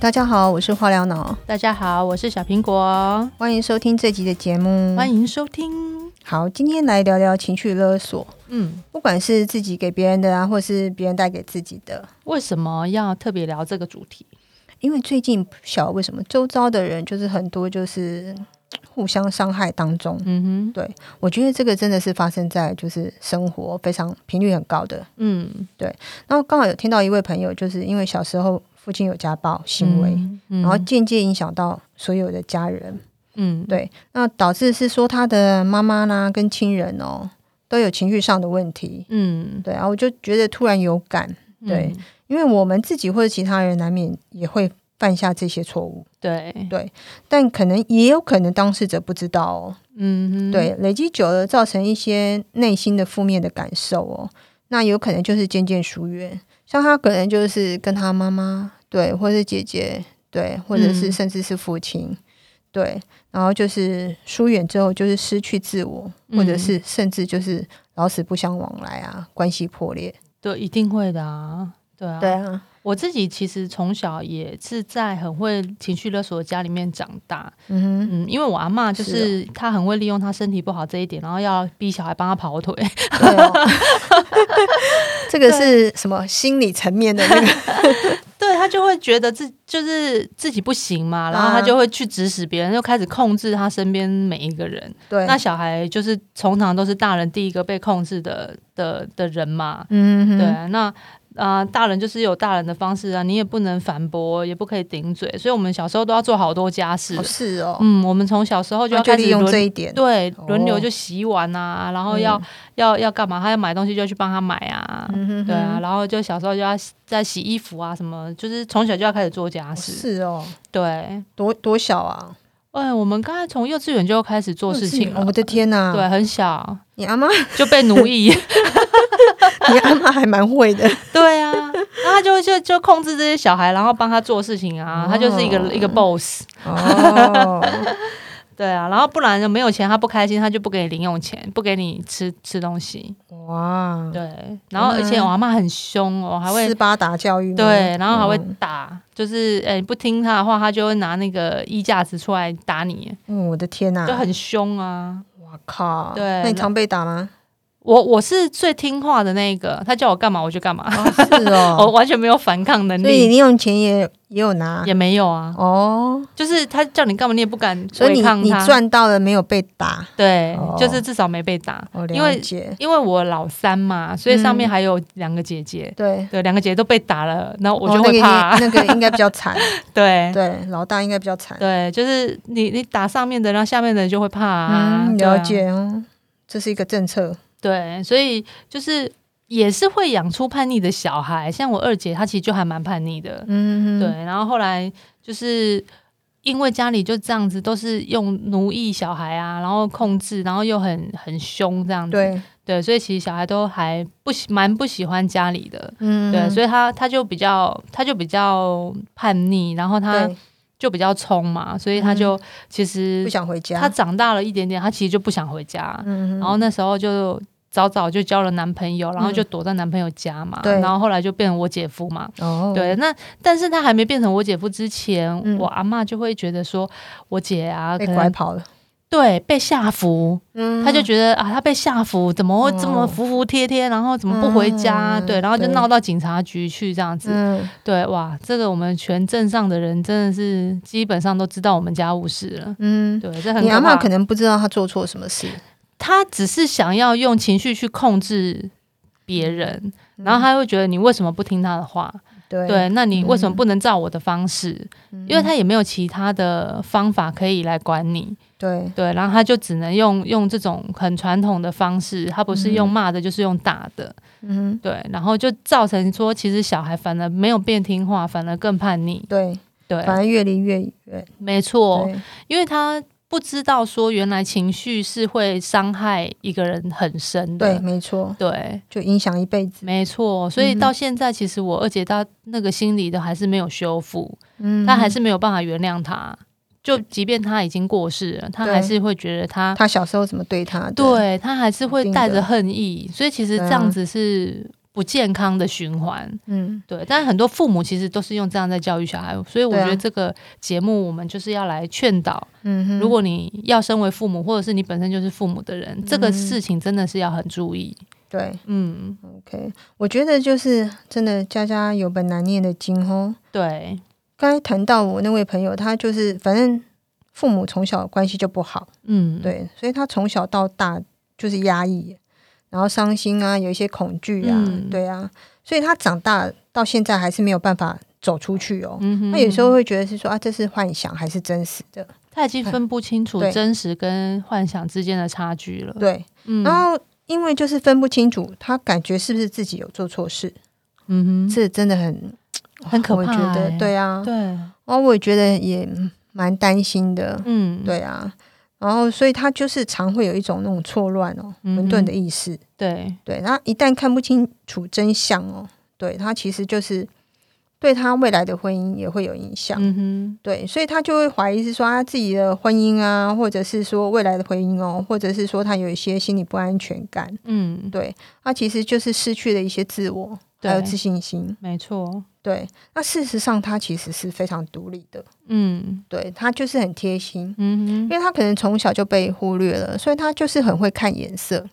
大家好，我是化疗脑，大家好，我是小苹果，欢迎收听这集的节目。欢迎收听。好，今天来聊聊情绪勒索，嗯，不管是自己给别人的啊，或是别人带给自己的。为什么要特别聊这个主题？因为最近不晓得为什么，周遭的人就是很多就是互相伤害当中。嗯哼，我觉得这个真的是发生在就是生活非常频率很高的。嗯，然后刚好有听到一位朋友，就是因为小时候父亲有家暴行为，嗯，嗯然后间接影响到所有的家人。嗯，对那导致是说他的妈妈啦跟亲人哦都有情绪上的问题。嗯，对啊，我就觉得突然有感，嗯对因为我们自己或者其他人难免也会犯下这些错误，嗯对，但可能也有可能当事者不知道哦。嗯哼，对，累积久了造成一些内心的负面的感受哦，那有可能就是渐渐疏远。像他可能就是跟他妈妈对，或是姐姐对，或者是嗯甚至是父亲、对，然后就是疏远之后就是失去自我，或者嗯是甚至就是老死不相往来啊，关系破裂。对，一定会的啊，对啊，啊，我自己其实从小也是在很会情绪勒索的家里面长大，嗯哼，嗯，因为我阿妈就是是哦她很会利用她身体不好这一点，然后要逼小孩帮她跑腿，对哦 这个是什么心理层面的那个？ 对他就会觉得自就是自己不行嗯嘛，然后他就会去指使别人，就开始控制他身边每一个人。对，那小孩就是通常都是大人第一个被控制的的的人嘛，嗯哼，对啊、那啊、呃大人就是有大人的方式啊，你也不能反驳，也不可以顶嘴，所以我们小时候都要做好多家事哦。是哦，嗯，我们从小时候就那要就开利始用轮这一点，对轮流哦就洗碗啊，然后要、要要干嘛？他要买东西就要去帮他买啊。嗯哼哼对啊，，然后就小时候就要洗在洗衣服啊，什么，就是从小就要开始做家哦事。是哦，对，多多小啊？哎，我们刚才从幼稚园就开始做事情了哦我，的天呐、对，啊很小你阿妈， 就被奴役。你阿妈还蛮会的，对啊，然后他就会就就控制这些小孩，然后帮他做事情啊，他就是一个哦一个 boss。哦， 对啊，然后不然没有钱，他不开心，他就不给你零用钱，不给你吃吃东西。哇，对，然后而且我阿妈很凶哦，还会斯巴达教育吗，对，然后还会嗯打，就是呃、你不听他的话，他就会拿那个衣架子出来打你，嗯，我的天呐、就很凶啊。哇靠，对那你常被打吗？我我是最听话的那一个，他叫我干嘛我就干嘛，哦，是我 哦，完全没有反抗能所以你力，零用钱也也有拿也没有啊，哦，就是他叫你干嘛你也不敢所以违你抗你他，赚到了没有被打？对，哦就是至少没被打，我因了为解，因为我老三嘛，所以上面嗯还有两个姐姐。对。对，两个姐姐都被打了，然后我就哦那个会应怕 啊、那个应该比较惨，对对，老大应该比较惨。对，就是你你打上面的，然后下面的人就会怕啊。嗯，对啊了解哦，这是一个政策。对，所以就是也是会养出叛逆的小孩。像我二姐，她其实就还蛮叛逆的，嗯，对。然后后来就是因为家里就这样子，都是用奴役小孩啊，然后控制，然后又很很凶这样子，对，对所以其实小孩都还不喜蛮不喜欢家里的。嗯对，所以以他他就比较他就比较叛逆，然后他就比较冲嘛，所以他就、其嗯不实想回家。他长大了一点点，他其实就不想回家。嗯然后那时候就早早就交了男朋友，然后嗯就躲在男朋友家嘛，对然后后来就变成我姐夫嘛。哦，对，那但是他还没变成我姐夫之前，嗯我阿嬷就会觉得说，我姐啊，被可拐能跑了，对被吓服，嗯她就觉得啊，她被吓服，怎么会这么哦服服帖帖，然后怎么不回家？嗯对，然后就对闹到警察局去这样子。嗯，对，哇，这个我们全镇上的人真的是基本上都知道我们家务事了。嗯，对，这很你可阿怕嬷可能不知道她做错什么事，他只是想要用情绪去控制别人，然后他会觉得你为什么不听他的话？嗯对对，那你为什嗯么不能照我的方式？嗯因为他也没有其他的方法可以来管你。对对，然后他就只能用用这种很传统的方式，他不是用嗯骂的，就是用打的。嗯对，然后就造成说，其实小孩反而没有变听话，反而更叛逆。对，对，反而越离越远。没错。对，因为他不知道说原来情绪是会伤害一个人很深对，的。没错，对，就影响一辈子。没错。所嗯以哼到现在，其实我二姐她那个心理都还是没有修复，嗯她还是没有办法原谅他。就即便他已经过世了，她对还是会觉得他。她小时候怎么对她的？对他还是会带一定着的恨意，所以其实对啊这样子是不健康的循环。嗯，对，但很多父母其实都是用这样在教育小孩，所以我对啊觉得这个节目我们就是要来劝导，嗯哼，如果你要身为父母，或者是你本身就是父母的嗯人，这个事情真的是要很注意。对嗯， ，OK，我觉得就是真的家家有本难念的经哦。对，刚才谈到我那位朋友，他就是反正父母从小关系就不好，嗯，，对，所以他从小到大就是压抑，然后伤心啊，有一些恐惧啊，嗯对啊，所以他长大到现在还是没有办法走出去哦。嗯哼，他有时候会觉得是说啊，这是幻想还是真实的？他已经分不清楚对真实跟幻想之间的差距了。，对，嗯，然后因为就是分不清楚，他感觉是不是自己有做错事，嗯哼，这真的很很可我怕、觉得欸对啊，对，然后我也觉得也蛮担心的，嗯，对啊，然后所以他就是常会有一种那种错乱哦、嗯哼混沌的意识，对，对，他一旦看不清楚真相哦，对他其实就是对他未来的婚姻也会有影响，嗯哼，对，所以他就会怀疑是说他自己的婚姻啊，或者是说未来的婚姻哦，或者是说他有一些心理不安全感，嗯，对他其实就是失去了一些自我，还有对自信心，没错，对，那事实上他其实是非常独立的，嗯对他就是很贴心。嗯因哼，为他可能从小就被忽略了，所以他就是很会看颜色。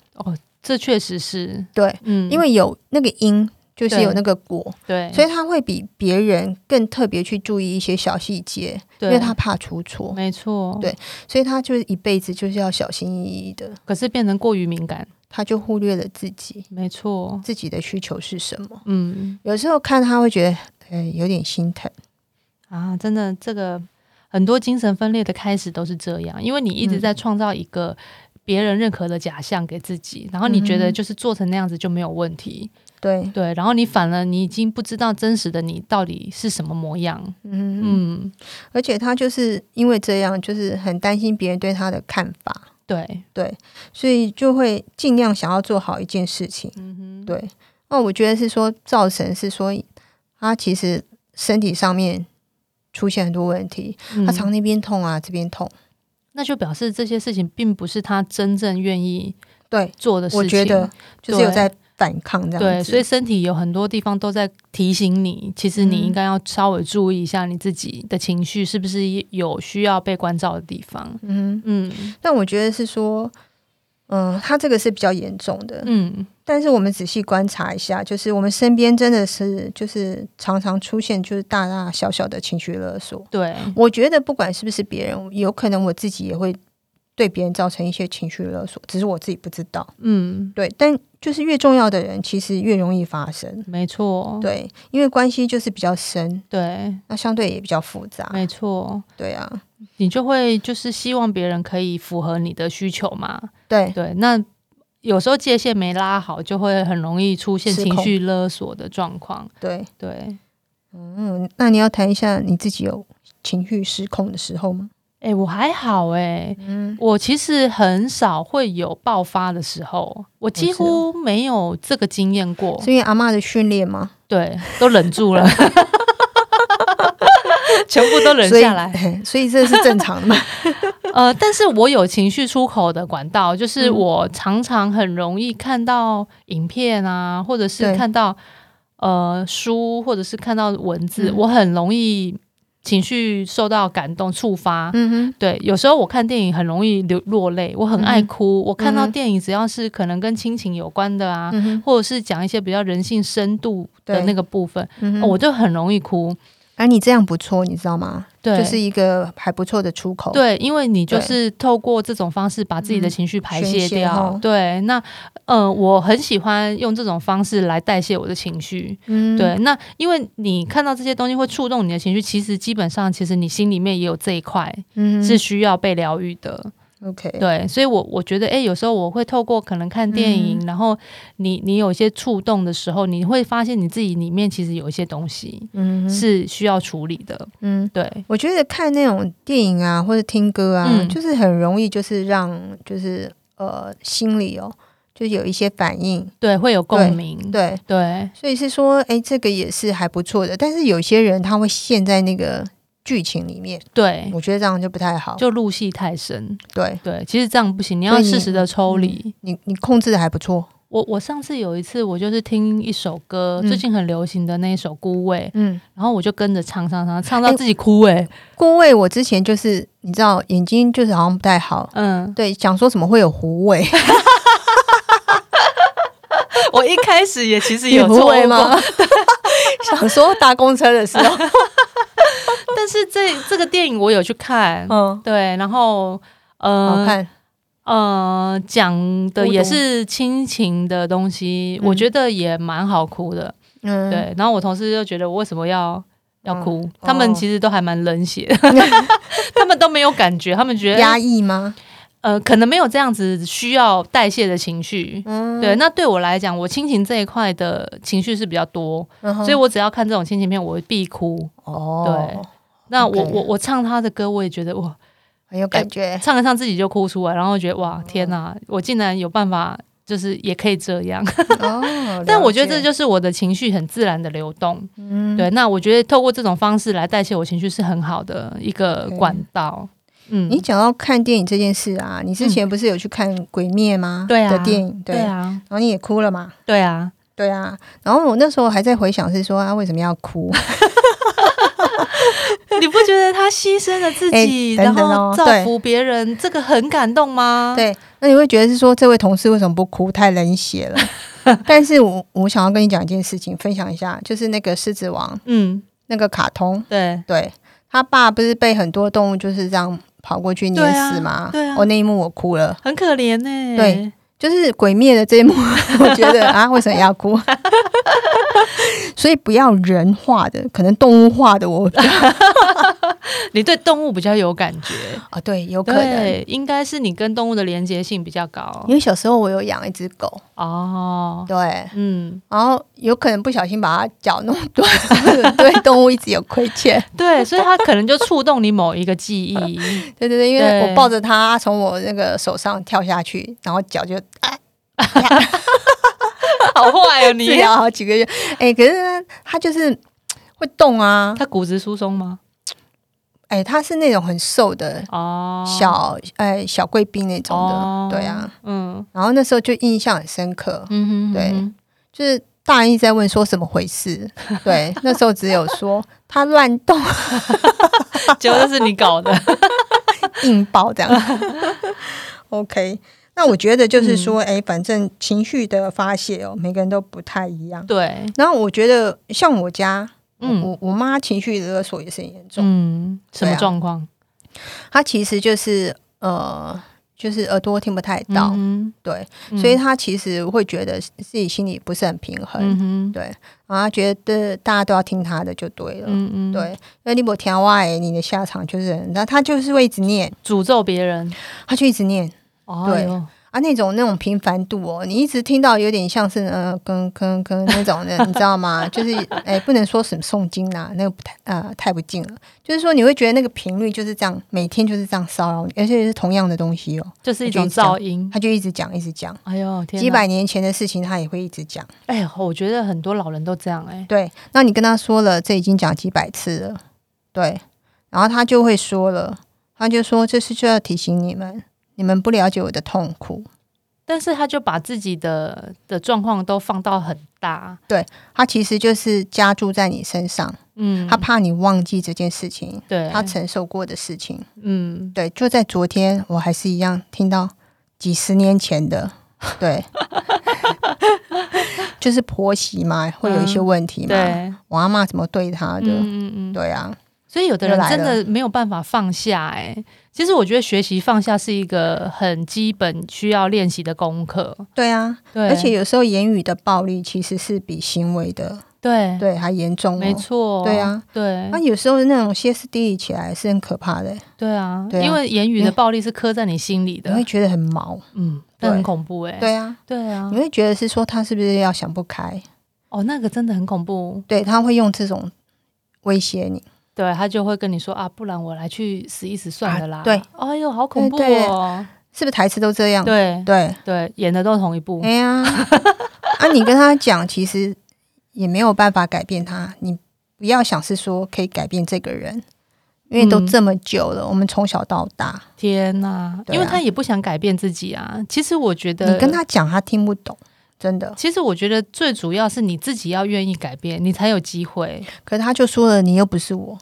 这确实是，对，嗯，因为有那个因，就是对有那个果，对，所以以他会比别人更特别去注意一些小细节，因为他怕出错，没错，对所以他就是一辈子就是要小心翼翼的，可是变成过于敏感，他就忽略了自己没错，自己的需求是什么。嗯有时候看他会觉得，呃，有点心疼。啊，真的这个。很多精神分裂的开始都是这样，因为你一直嗯在创造一个别人认可的假象给自己，然后你觉嗯得哼就是做成那样子就没有问题，对，对，然后你反而你已经不知道真实的你到底是什么模样，嗯嗯，嗯，而且他就是因为这样，就是很担心别人对他的看法，对，所以就会尽量想要做好一件事情。嗯哼，对，那我觉得是说造成是说他其实身体上面出现很多问题，嗯他常那边痛啊，这边痛。那就表示这些事情并不是他真正愿意对，做的事情。我觉得就是有对在反抗这样对，子。所以身体有很多地方都在提醒你，其实你嗯应该要稍微注意一下你自己的情绪是不是有需要被关照的地方。嗯，嗯但我觉得是说，嗯、他这个是比较严重的。嗯，但是我们仔细观察一下，就是我们身边真的是就是常常出现就是大大小小的情绪勒索。对，我觉得不管是不是别人，有可能我自己也会对别人造成一些情绪勒索，只是我自己不知道。嗯，对，但就是越重要的人，其实越容易发生。没错，对，因为关系就是比较深，对，那相对也比较复杂。没错，对啊，你就会就是希望别人可以符合你的需求嘛。对对，那有时候界限没拉好，就会很容易出现失情控绪勒索的状况。对，对，嗯，那你要谈一下你自己有情绪失控的时候吗？哎、我还好哎、嗯，我其实很少会有爆发的时候，我哦几乎没有这个经验过。是因为阿嬷的训练吗？对，都忍 住了，全部都忍所以下来。，所以这是正常 的嘛？呃，但是我有情绪出口的管道，就是嗯我常常很容易看到影片啊，或者是对看到呃书，或者是看到文字，嗯我很容易情绪受到感动触发。嗯哼，对，有时候我看电影很容易流落泪，我很爱嗯哼哭。我看到嗯哼电影，只要是可能跟亲情有关的啊，嗯哼，或者是讲一些比较人性深度的对那个部分，嗯哼哦，我就很容易哭。而你这样不错，你知道吗？对，就是一个还不错的出口。，对，因为你就对是透过这种方式把自己的嗯情绪排宣泄泄掉。哦对，那呃，我很喜欢用这种方式来代谢我的情绪。嗯，对，那因为你看到这些东西会触动你的情绪，其实基本上其实你心里面也有这一块嗯哼，是需要被疗愈的。 OK，对，所以我我觉得，诶，有时候我会透过可能看电影，然后你你有一些触动的时候，你会发现你自己里面其实有一些东西嗯哼，是需要处理的。嗯。对，我觉得看那种电影啊，或者听歌啊，嗯就是很容易，就是让就是呃心里哦，就有一些反应，对，会有共鸣。对，对，所以是说，哎，这个也是还不错的。但是有些人他会陷在那个剧情里面，对，我觉得这样就不太好。哎就入戏太深。对对，其实这样不行，你嗯所要以你适时的抽离。你，你控制的还不错，我我上次有一次，我就是听一首歌，嗯最近很流行的那一首《孤味》，嗯，然后我就跟着唱唱唱，唱到自己哭哎、顾味，我之前就是你知道眼睛就是好像不太好，嗯，对，想说怎么会有糊味， 我一开始也其 实有糊错味误过吗？ 想说搭公车的时 候，但是这这个电影我有去看，嗯，对，然后好呃看，呃，讲的孤独也是亲情的东西，嗯我觉得也蛮好哭的，嗯，对。然后我同事就觉得我为什么要要哭？嗯他们哦其实都还蛮冷血 的，他们都没有感觉，他们觉压得抑吗？呃，可能没有这样子需要代谢的情绪。嗯，对，那对我来讲，我亲情这一块的情绪是比较多，嗯哼，所以我只要看这种亲情片，我会必哭。哦，那我 OK 我我唱他的歌，我也觉得哇，很有感觉，唱一唱自己就哭出来，然后觉得嗯哇天哪，我竟然有办法，就是也可以这样。哦， 但了我觉得这解就是我的情绪很自然的流动。嗯对，那我觉得透过这种方式来代谢我情绪是很好的一个 OK 管道。嗯，你讲到看电影这件事啊，你之前不是有去看《鬼灭》吗？对啊的电影对，对啊，然后你也哭了嘛？对啊，对啊，然后我那时候还在回想是说啊，为什么要 哭？你不觉得他牺牲了自己，哎然等等哦后造福别人，这个很感动吗？，对，那你会觉得是说这位同事为什么不哭？太冷血了。 但是我我想要跟你讲一件事情，分享一下，就是那个狮子王嗯，那个卡通，对，对他爸不是被很多动物就是这样跑过去对碾啊死吗？对啊我那一幕我哭了。很可怜呢、对，就是《鬼灭》的这一幕， 我觉得啊，为什么要哭？ 所以不要人化的，可能动物化的我， 你对动物比较有感觉，啊，对，有可能。对，应该是你跟动物的连接性比较高因为小时候我有养一只狗，哦。对，嗯，然后有可能不小心把它脚弄断， 对动物一直有亏欠。 对，所以它可能就触动你某一个记忆。对对对，因为对我抱着它从我那个手上跳下去，然后脚就 啊好坏哦治你！疗好几个月。哎，可是它就是会动啊，它骨质疏松吗？哎，它是那种很瘦的哦，小哎小贵宾那种哦的，对啊。，嗯然后那时候就印象很深刻，嗯哼，对嗯就是大人一直在问说怎么回 事，对，那时候只有说他乱动哼，结果 就是你搞的。硬爆这样。OK，那我觉得就是嗯说，哎、反正情绪的发泄哦，每个人都不太一样。 对，然后我觉得像我家，嗯，嗯我我妈情绪勒索也是很严重，嗯，什对么啊状况？她其实就是呃。就是耳朵听不太到，嗯对，哼所以她其实会觉得自己心里不是很平衡，嗯哼，对，然后她觉得大家都要听她的就对了，嗯嗯，对，，因为你不听话的，你的下场就是很，那他就是会一直念，诅咒别人。他就一直念哦对哟，啊，那种那种频繁度哦，你一直听到有点像是呃，跟跟跟那种的，你知道吗？ 就是哎，不能说什么诵经啦、那个不太呃太不敬了，就是说你会觉得那个频率就是这样，每天就是这样骚扰你，而且是同样的东西哦，就是一就种一直这样噪音。他就一直讲一直讲，哎呦，天几哪！百年前的事情他也会一直讲，哎呦，我觉得很多老人都这样哎。对，那你跟他说了，这已经讲几百次了，对，然后他就会说了，他就说这是就要提醒你们，你们不了解我的痛苦，但是他就把自己的的状况都放到很大，他其实就是加注在你身上，嗯，他怕你忘记这件事情，对他承受过的事情，嗯，对，就在昨天，我还是一样听到几十年前的， 对。就是婆媳嘛，会有一些嗯问题嘛。对，我阿妈怎么对他嗯的？嗯嗯，对啊，所以有的人又来真了的没有办法放下哎、其实我觉得学习放下是一个很基本需要练习的功课，对啊。对，而且有时候言语的暴力其实是比行为的对对还严重、哦，嗯没。错，对啊，对那、有时候那种歇斯底里起来是很可怕的，对啊，对啊因为言语的暴力是刻在你心里你会的，觉得很毛。嗯，那很恐怖哎、对啊，啊对啊你，会觉得是说他是不是要想不开？哦，那个真的很恐怖，对他会用这种威胁你。对他就会跟你说啊，不然我来去死一死算了啦，啊对，哎呦，好恐怖对对哦，是不是台词都这样？对对，对，演的都同一部哎， 呀，啊，你跟他讲，其实也没有办法改变他。你不要想是说可以改变这个人，因为都嗯这么久了，我们从小到大，天呐，对啊因为他也不想改变自己啊，其实我觉得你跟他讲他听不懂，真的。其实我觉得最主要是你自己要愿意改变，你才有机会。可是他就说了，你又不是我，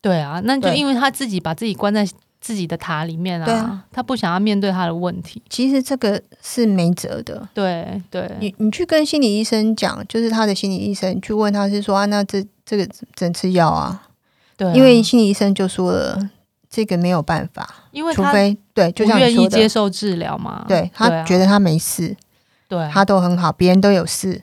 对啊，那就对因为他自己把自己关在自己的塔里面对啊，啊他不想要面对他的问题。其实这个是没辙的。对对，你你去跟心理医生讲，就是他的心理医生去问他是说啊，那这这个只能吃药啊，对啊因为心理医生就说了，这个没有办法，因为除他非对，不就像愿你意说接的，受治疗嘛，对他啊觉得他没事，对啊他都很好，别人都有 事，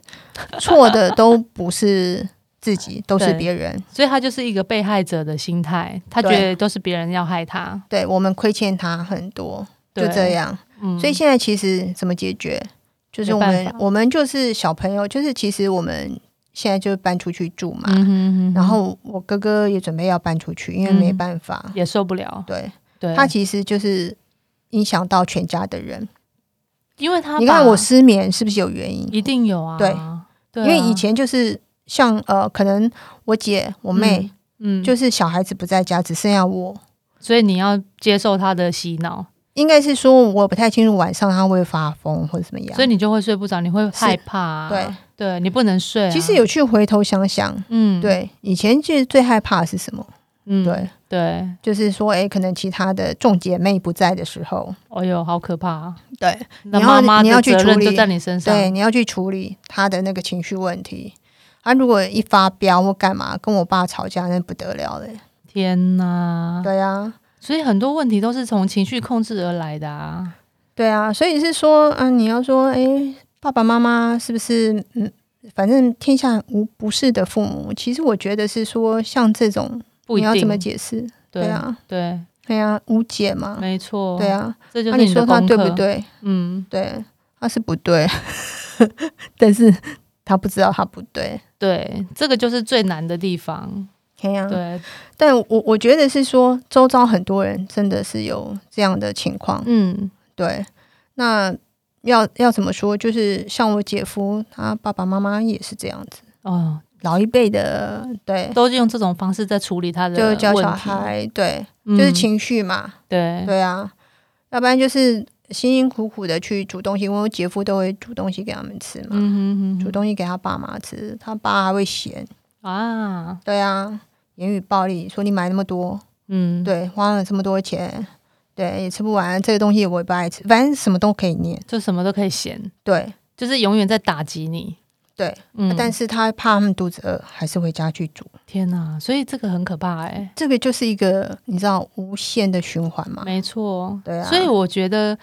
错的都不是自己，都是对别人。所以他就是一个被害者的心态，他觉对得都是别人要害他，对我们亏欠他很多，就对这，样。嗯，所以现在其实怎么解决，就是我没办们法我们就是小朋友，就是其实我们现在就搬出去住嘛。嗯哼嗯哼然后我哥哥也准备要搬出去，因为嗯没办法。也受不了，对对，他其实就是影响到全家的人。因为他你看把我失眠是不是有原因？一定有啊，对对因啊，为以前就是像呃，可能我姐我妹、嗯，就就是小孩子不在家，只剩下我。所以你要接受他的洗脑，应该是说我不太清楚晚上他会发疯或者怎么样。所以你就会睡不着，你会害怕啊，对对，你不能睡啊，其实有去回头想想，嗯，对，以前其实最害怕的是什么？嗯对，对，就是说，哎，可能其他的众姐妹不在的时候，哦哟，好可怕啊，对那你要妈妈你的要去责任处理就在你身上，对，你要去处理她的那个情绪问题。啊，如果一发飙或干嘛，跟我爸吵架，那不得了嘞。天哪，对啊，所以很多问题都是从情绪控制而来的啊，对啊，所以是说，啊，你要说，哎，爸爸妈妈是不是，嗯，反正天下无不是的父母。其实我觉得是说，像这种不一你定要怎么解释？对啊，对，对啊，无解嘛。没错，对，啊，这就那、是你的说他功对课，不？对？嗯，对，他是不对， 但是他不知道他不对。对，这个就是最难的地方。对呀、对，但我我觉得是说，周遭很多人真的是有这样的情况。嗯，对，那要要怎么说？就是像我姐夫，他爸爸妈妈也是这样子，哦，老一辈的，对，都是用这种方式在处理他的就教问小题，孩，对，嗯就是情绪嘛，对对啊，要不然就是辛辛苦苦的去煮东西，因为我姐夫都会煮东西给他们吃嘛，嗯哼煮哼东西给他爸妈吃，他爸还会嫌。哼，啊，对啊，言语暴力，说你买那么多，嗯，，对，花了这么多钱，对，也吃不完，这个东西我也不爱吃，反正什么都可以念，就什么都可以嫌，对就是永远在打击你。对、嗯，啊但是他怕他们肚子饿，还是回家去煮，天哪，所以这个很可怕哎、这个就是一个你知道无限的循环嘛，没错，对啊所以我觉得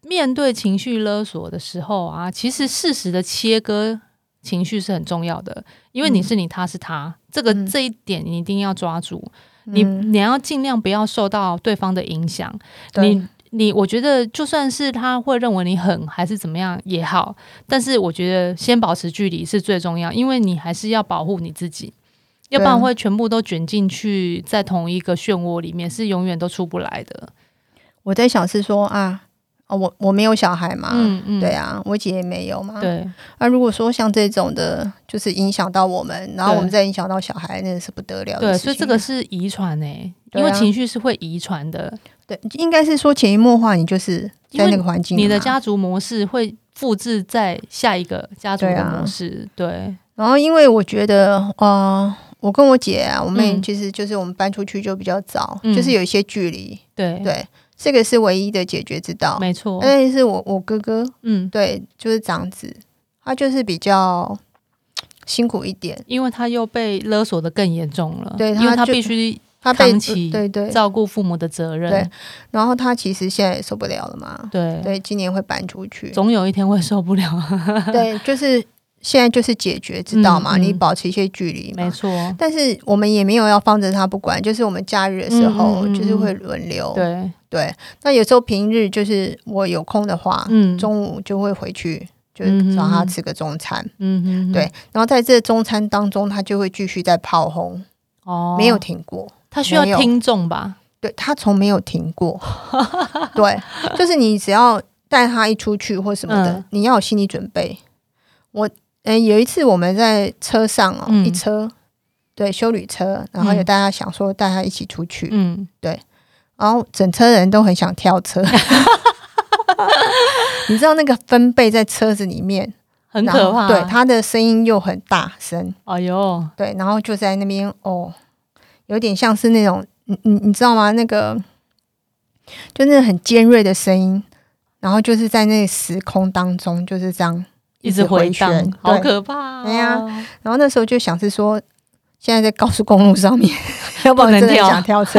面对情绪勒索的时候啊，其实适时的切割情绪是很重要的，因为你嗯是你，他是他，这个、嗯这一点你一定要抓住。你你要尽量不要受到对方的影响。对你你，我觉得就算是他会认为你狠还是怎么样也好，但是我觉得先保持距离是最重要，因为你还是要保护你自己。要不对啊然会全部都卷进去在同一个漩涡里面，是永远都出不来的。我在想是说啊，哦、我我没有小孩嘛。嗯嗯，对啊，嗯我姐也没有嘛。对那、如果说像这种的，就是影响到我们，然后对我们再影响到小孩，那是不得了的对，事情。啊所以这个是遗传诶，对因为啊情绪是会遗传的，对，应该是说潜移默化，你就是在那因个为环境里你的嘛家族模式会复制在下一个家族对的啊模式。对，然后因为我觉得，呃，我跟我姐啊，我妹嗯其实就是我们搬出去就比较早，嗯就是有一些距离，对，对，哎这个是唯一的解决之道。没错。但是我我哥哥，嗯，对，就是长子，他就是比较辛苦一点，因为他又被勒索的更严重了，对因为他他就必须他被扛起对对，照顾父母的责任，然后他其实现在也受不了了嘛，对，对，今年会搬出去，总有一天会受不 了，对，就是现在就是解决之道嘛，嗯嗯你保持一些距离嘛没，错，但是我们也没有要放着他不管，就是我们假日的时候，嗯嗯嗯就是会轮流。 对，对那有时候平日就是我有空的话，嗯，中午就会回去，就嗯嗯嗯是找他吃个中餐。嗯哼，对，然后在这中餐当中，他就会继续在炮轰，哦，没有，停过。他需要没有听众吧，对他从没有停过。对，就是你只要带他一出去或什么的，嗯你要有心理准备。我嗯、有一次我们在车上哦，嗯一车对修旅车，然后有嗯大家想说带他一起出去，嗯，然后整车人都很想 跳车。你知道那个分贝在车子里面很然后可怕。啊对，他的声音又很大声，哎呦，对，然后就在那边哦，有点像是那种，你你你知道吗？那个就那很尖锐的声音，然后就是在那时空当中就是这样。一直回一直荡回旋，好对可怕、哦！哎呀然后那时候就想是说，现在在高速公路上面，要不然不能真的跳想跳车。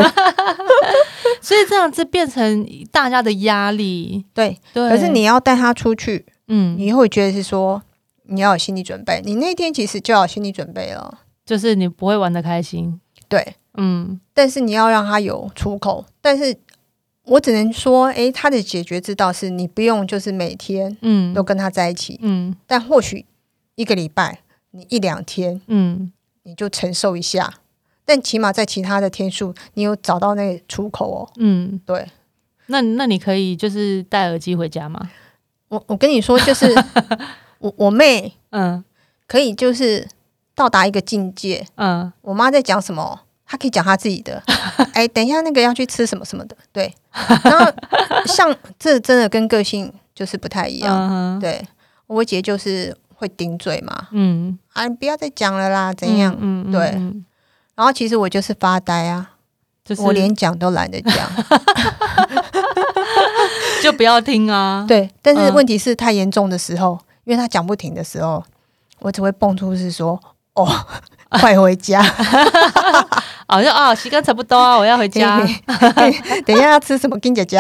所以这样子变成大家的压力。对，对，可是你要带他出去，嗯，你会觉得是说你要有心理准备，你那天其实就要有心理准备了。就是你不会玩的开心。对，嗯，但是你要让他有出口。但是我只能说，诶，他的解决之道是你不用就是每天嗯都跟他在一起，嗯但或许一个礼拜你一两天嗯，你就承受一下，但起码在其他的天数你有找到那个出口哦。嗯，对。那那你可以就是戴耳机回家吗？我我跟你说，就是我我妹嗯可以就是到达一个境界，嗯，我妈在讲什么，她可以讲她自己的。 哎、等一下那个要去吃什么什么的，对。然后像这真的跟个性就是不太一样，嗯，对。我姐就是会顶嘴嘛，嗯，啊，你不要再讲了啦，怎样？嗯，嗯对嗯然后其实我就是发呆啊，就是我连讲都懒得 讲，就不要听啊。，对。但是嗯问题是太严重的时候，因为她讲不停的时候，我只会蹦出是说，哦， 快回家。好像啊，时间差不多啊，我要回家。 等一下要吃什么跟姐姐？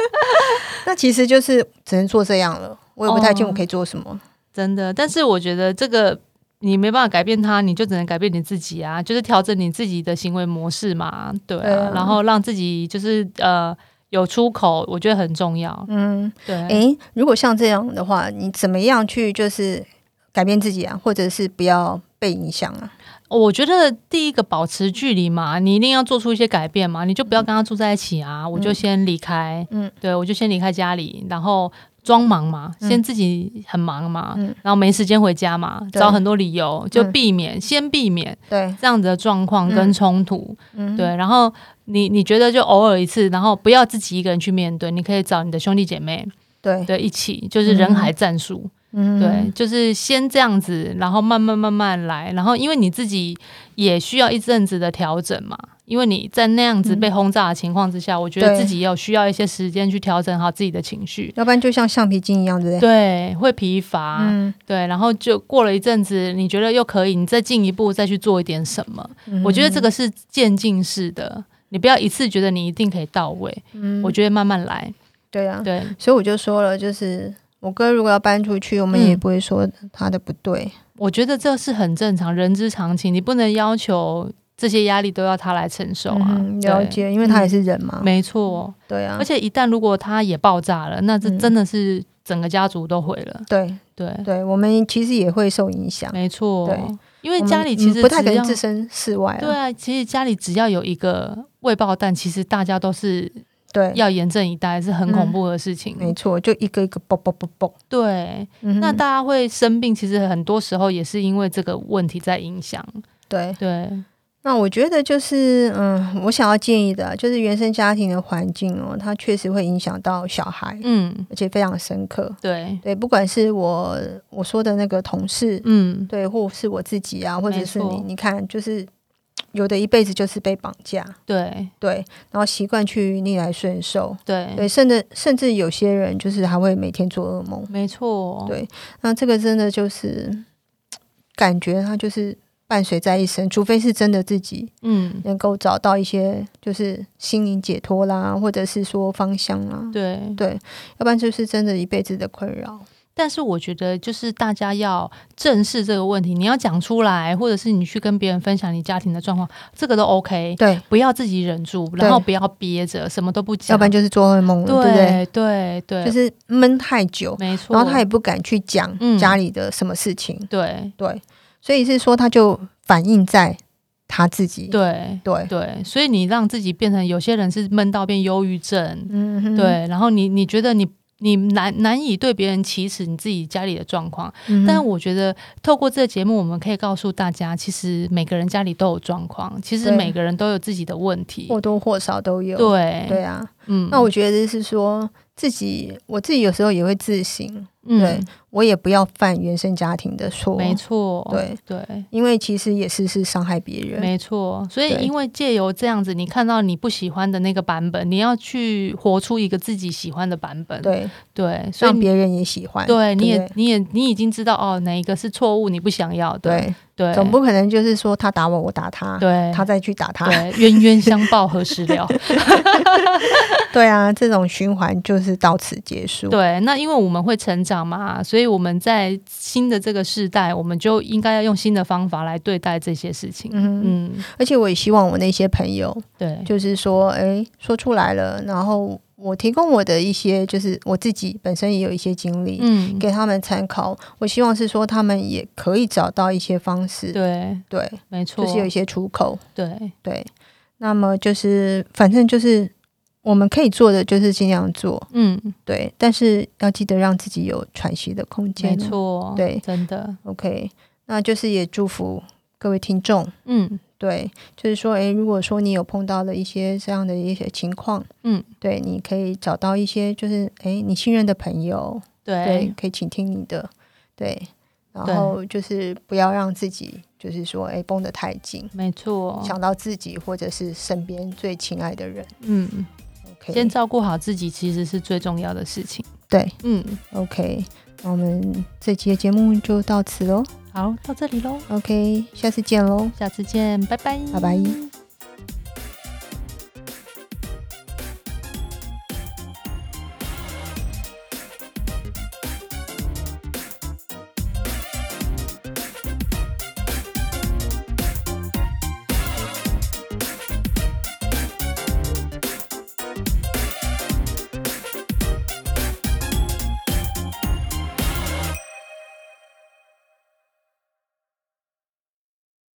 那其实就是只能做这样了，我也不太清楚可以做什么。哦真的，但是我觉得这个你没办法改变他，你就只能改变你自己啊，就是调整你自己的行为模式嘛，对对啊，啊然后让自己就是呃有出口，我觉得很重要。嗯，对，诶、如果像这样的话，你怎么样去就是改变自己啊，或者是不要被影响啊？哦我觉得第一个保持距离嘛，你一定要做出一些改变嘛，你就不要跟他住在一起啊，我就先离开，嗯对我就先离开家里，然后。装忙嘛，嗯先自己很忙嘛，嗯然后没时间回家嘛，对找很多理由就嗯避免，先避免对，这样子的状况跟嗯冲突。嗯，对，然后你你觉得就偶尔一次，然后不要自己一个人去面对，你可以找你的兄弟姐妹对，对一起，就是人海战术，嗯对，，就是先这样子，然后慢慢慢慢来，然后因为你自己也需要一阵子的调整嘛，因为你在那样子被轰炸的情况之下，我觉得对自己也有需要一些时间去调整好自己的情绪，要不然就像橡皮筋一样，对不对？对，啊会疲乏，嗯，对，然后就过了一阵子，你觉得又可以，你再进一步再去做一点什么。嗯我觉得这个是渐进式的，你不要一次觉得你一定可以到位，嗯，我觉得慢慢来。对啊，对，所以我就说了，就是我哥如果要搬出去，我们嗯也不会说他的不对，我觉得这是很正常，人之常情，你不能要求这些压力都要他来承受啊。嗯了对，解，因啊为他也是人嘛，没错。对啊而，且一旦如果他也爆炸了，那这嗯真的是整个家族都毁了。对对，对，我们其实也会受影响。没错。对因为我们家里其嗯实不太只可能要置身事外对了。啊，其实家里只要有一个未爆弹，其实大家都是对，嗯要严阵以待，是很恐怖的事情。没错，就一个一个啵啵啵啵。对，嗯哼，那大家会生病，其实很多时候也是因为这个问题在影响。对，对，那我觉得就是，嗯，我想要建议的，就是原生家庭的环境哦，它确实会影响到小孩，嗯，而且非常深刻。对，对，不管是我我说的那个同事，嗯，对，或是我自己啊，或者是没你，错你看，就是有的一辈子就是被绑架，对，对，然后习惯去逆来顺受，对，对，甚至甚至有些人就是还会每天做噩梦。没错，对那这个真的就是感觉它就是伴随在一生，除非是真的自己嗯，能够找到一些就是心灵解脱啦，或者是说方向啦，对。对，要不然就是真的一辈子的困扰。但是我觉得，就是大家要正视这个问题，你要讲出来，或者是你去跟别人分享你家庭的状况，这个都 OK，对，不要自己忍住，然后不要憋着，什么都不讲，要不然就是做噩梦了，对不对？对对对，就是闷太久，没错。然后他也不敢去讲嗯家里的什么事情，对对，所以是说他就反映在他自己，对对，对，所以你让自己变成有些人是闷到变忧郁症，嗯哼，对，然后你你觉得你你难难以对别人启齿你自己家里的状况，嗯哼，但我觉得透过这个节目，我们可以告诉大家，其实每个人家里都有状况，其实对每个人都有自己的问题，或多或少都有，对对啊，嗯，那我觉得是说，自己，我自己有时候也会自省，对嗯，我也不要犯原生家庭的错，没错，对对。因为其实也是是伤害别人，没错，所以对因为借由这样子，你看到你不喜欢的那个版本，你要去活出一个自己喜欢的版本。对，对，所以让你别人也喜欢，对你也不你也你已经知道哦，哪一个是错误，你不想要的。对对，对，总不可能就是说他打我，我打他，对他再去打他，对冤冤相报何时 了？对啊，这种循环就是到此结束，对，那因为我们会成长嘛，所以我们在新的这个世代，我们就应该要用新的方法来对待这些事情。嗯，嗯，而且我也希望我那些朋友，对，就是说，哎，说出来了，然后我提供我的一些，就是我自己本身也有一些经历，嗯，给他们参考。我希望是说，他们也可以找到一些方式，对，对，没错，就是有一些出口，对，对。那么就是，反正就是我们可以做的，就是尽量做，嗯，对。但是要记得让自己有喘息的空间没哦。错，对真的， ，OK。那就是也祝福各位听众，嗯对，就是说，诶，如果说你有碰到了一些这样的一些情况，嗯，对，你可以找到一些就是诶，你信任的朋友，对对，，可以倾听你的，对，然对后就是不要让自己就是说诶，绷得太紧，没错，想到自己或者是身边最亲爱的人嗯， ，OK，先照顾好自己其实是最重要的事情。对嗯， ，OK，那我们这期的节目就到此喽好，到这里喽， ，OK，下次见喽。下次见，拜拜，拜拜。